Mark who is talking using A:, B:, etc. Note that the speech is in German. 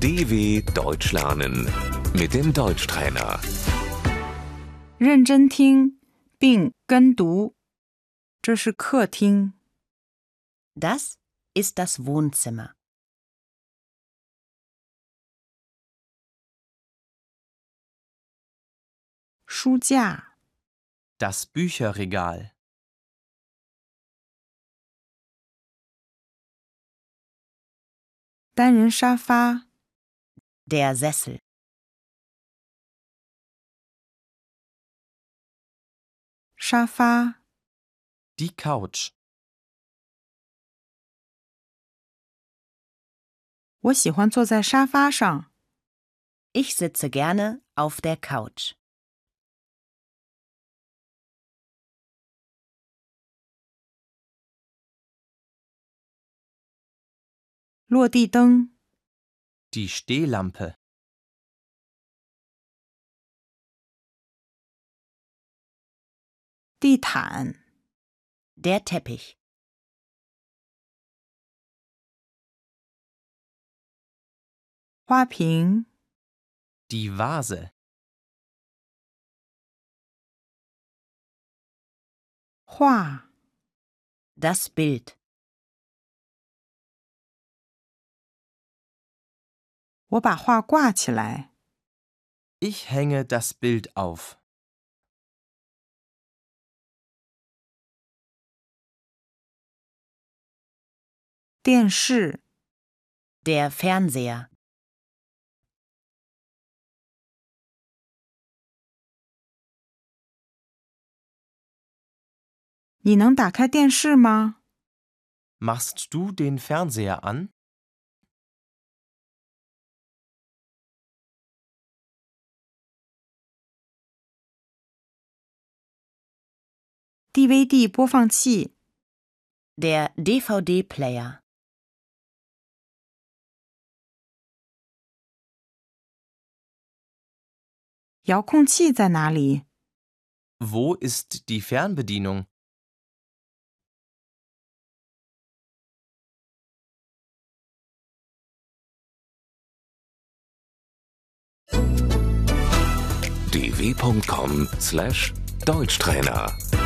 A: DW Deutsch lernen mit dem Deutschtrainer.
B: 认真听并跟读。这是客厅，
C: Das ist das Wohnzimmer.
B: 书架、
D: Das Bücherregal.
B: 单人沙发、
C: Der Sessel.
B: 沙发、
D: Die Couch.
B: 我喜欢坐在沙发上。
C: Ich sitze gerne auf der Couch.
B: 落地灯、
D: Die Stehlampe.
B: 地毯、
C: Der Teppich.
B: 花瓶、
D: Die Vase.
B: 画、
C: Das Bild.
B: 我把画挂起来。
D: Ich hänge das Bild auf.
B: 电视、
C: Der Fernseher.
B: 你能打开电视吗？
D: Machst du den Fernseher an?
B: DVD 播放器、
C: Der DVD-Player.
B: 遥控器在哪里？
D: Wo ist die Fernbedienung?
A: dw.com/deutschtrainer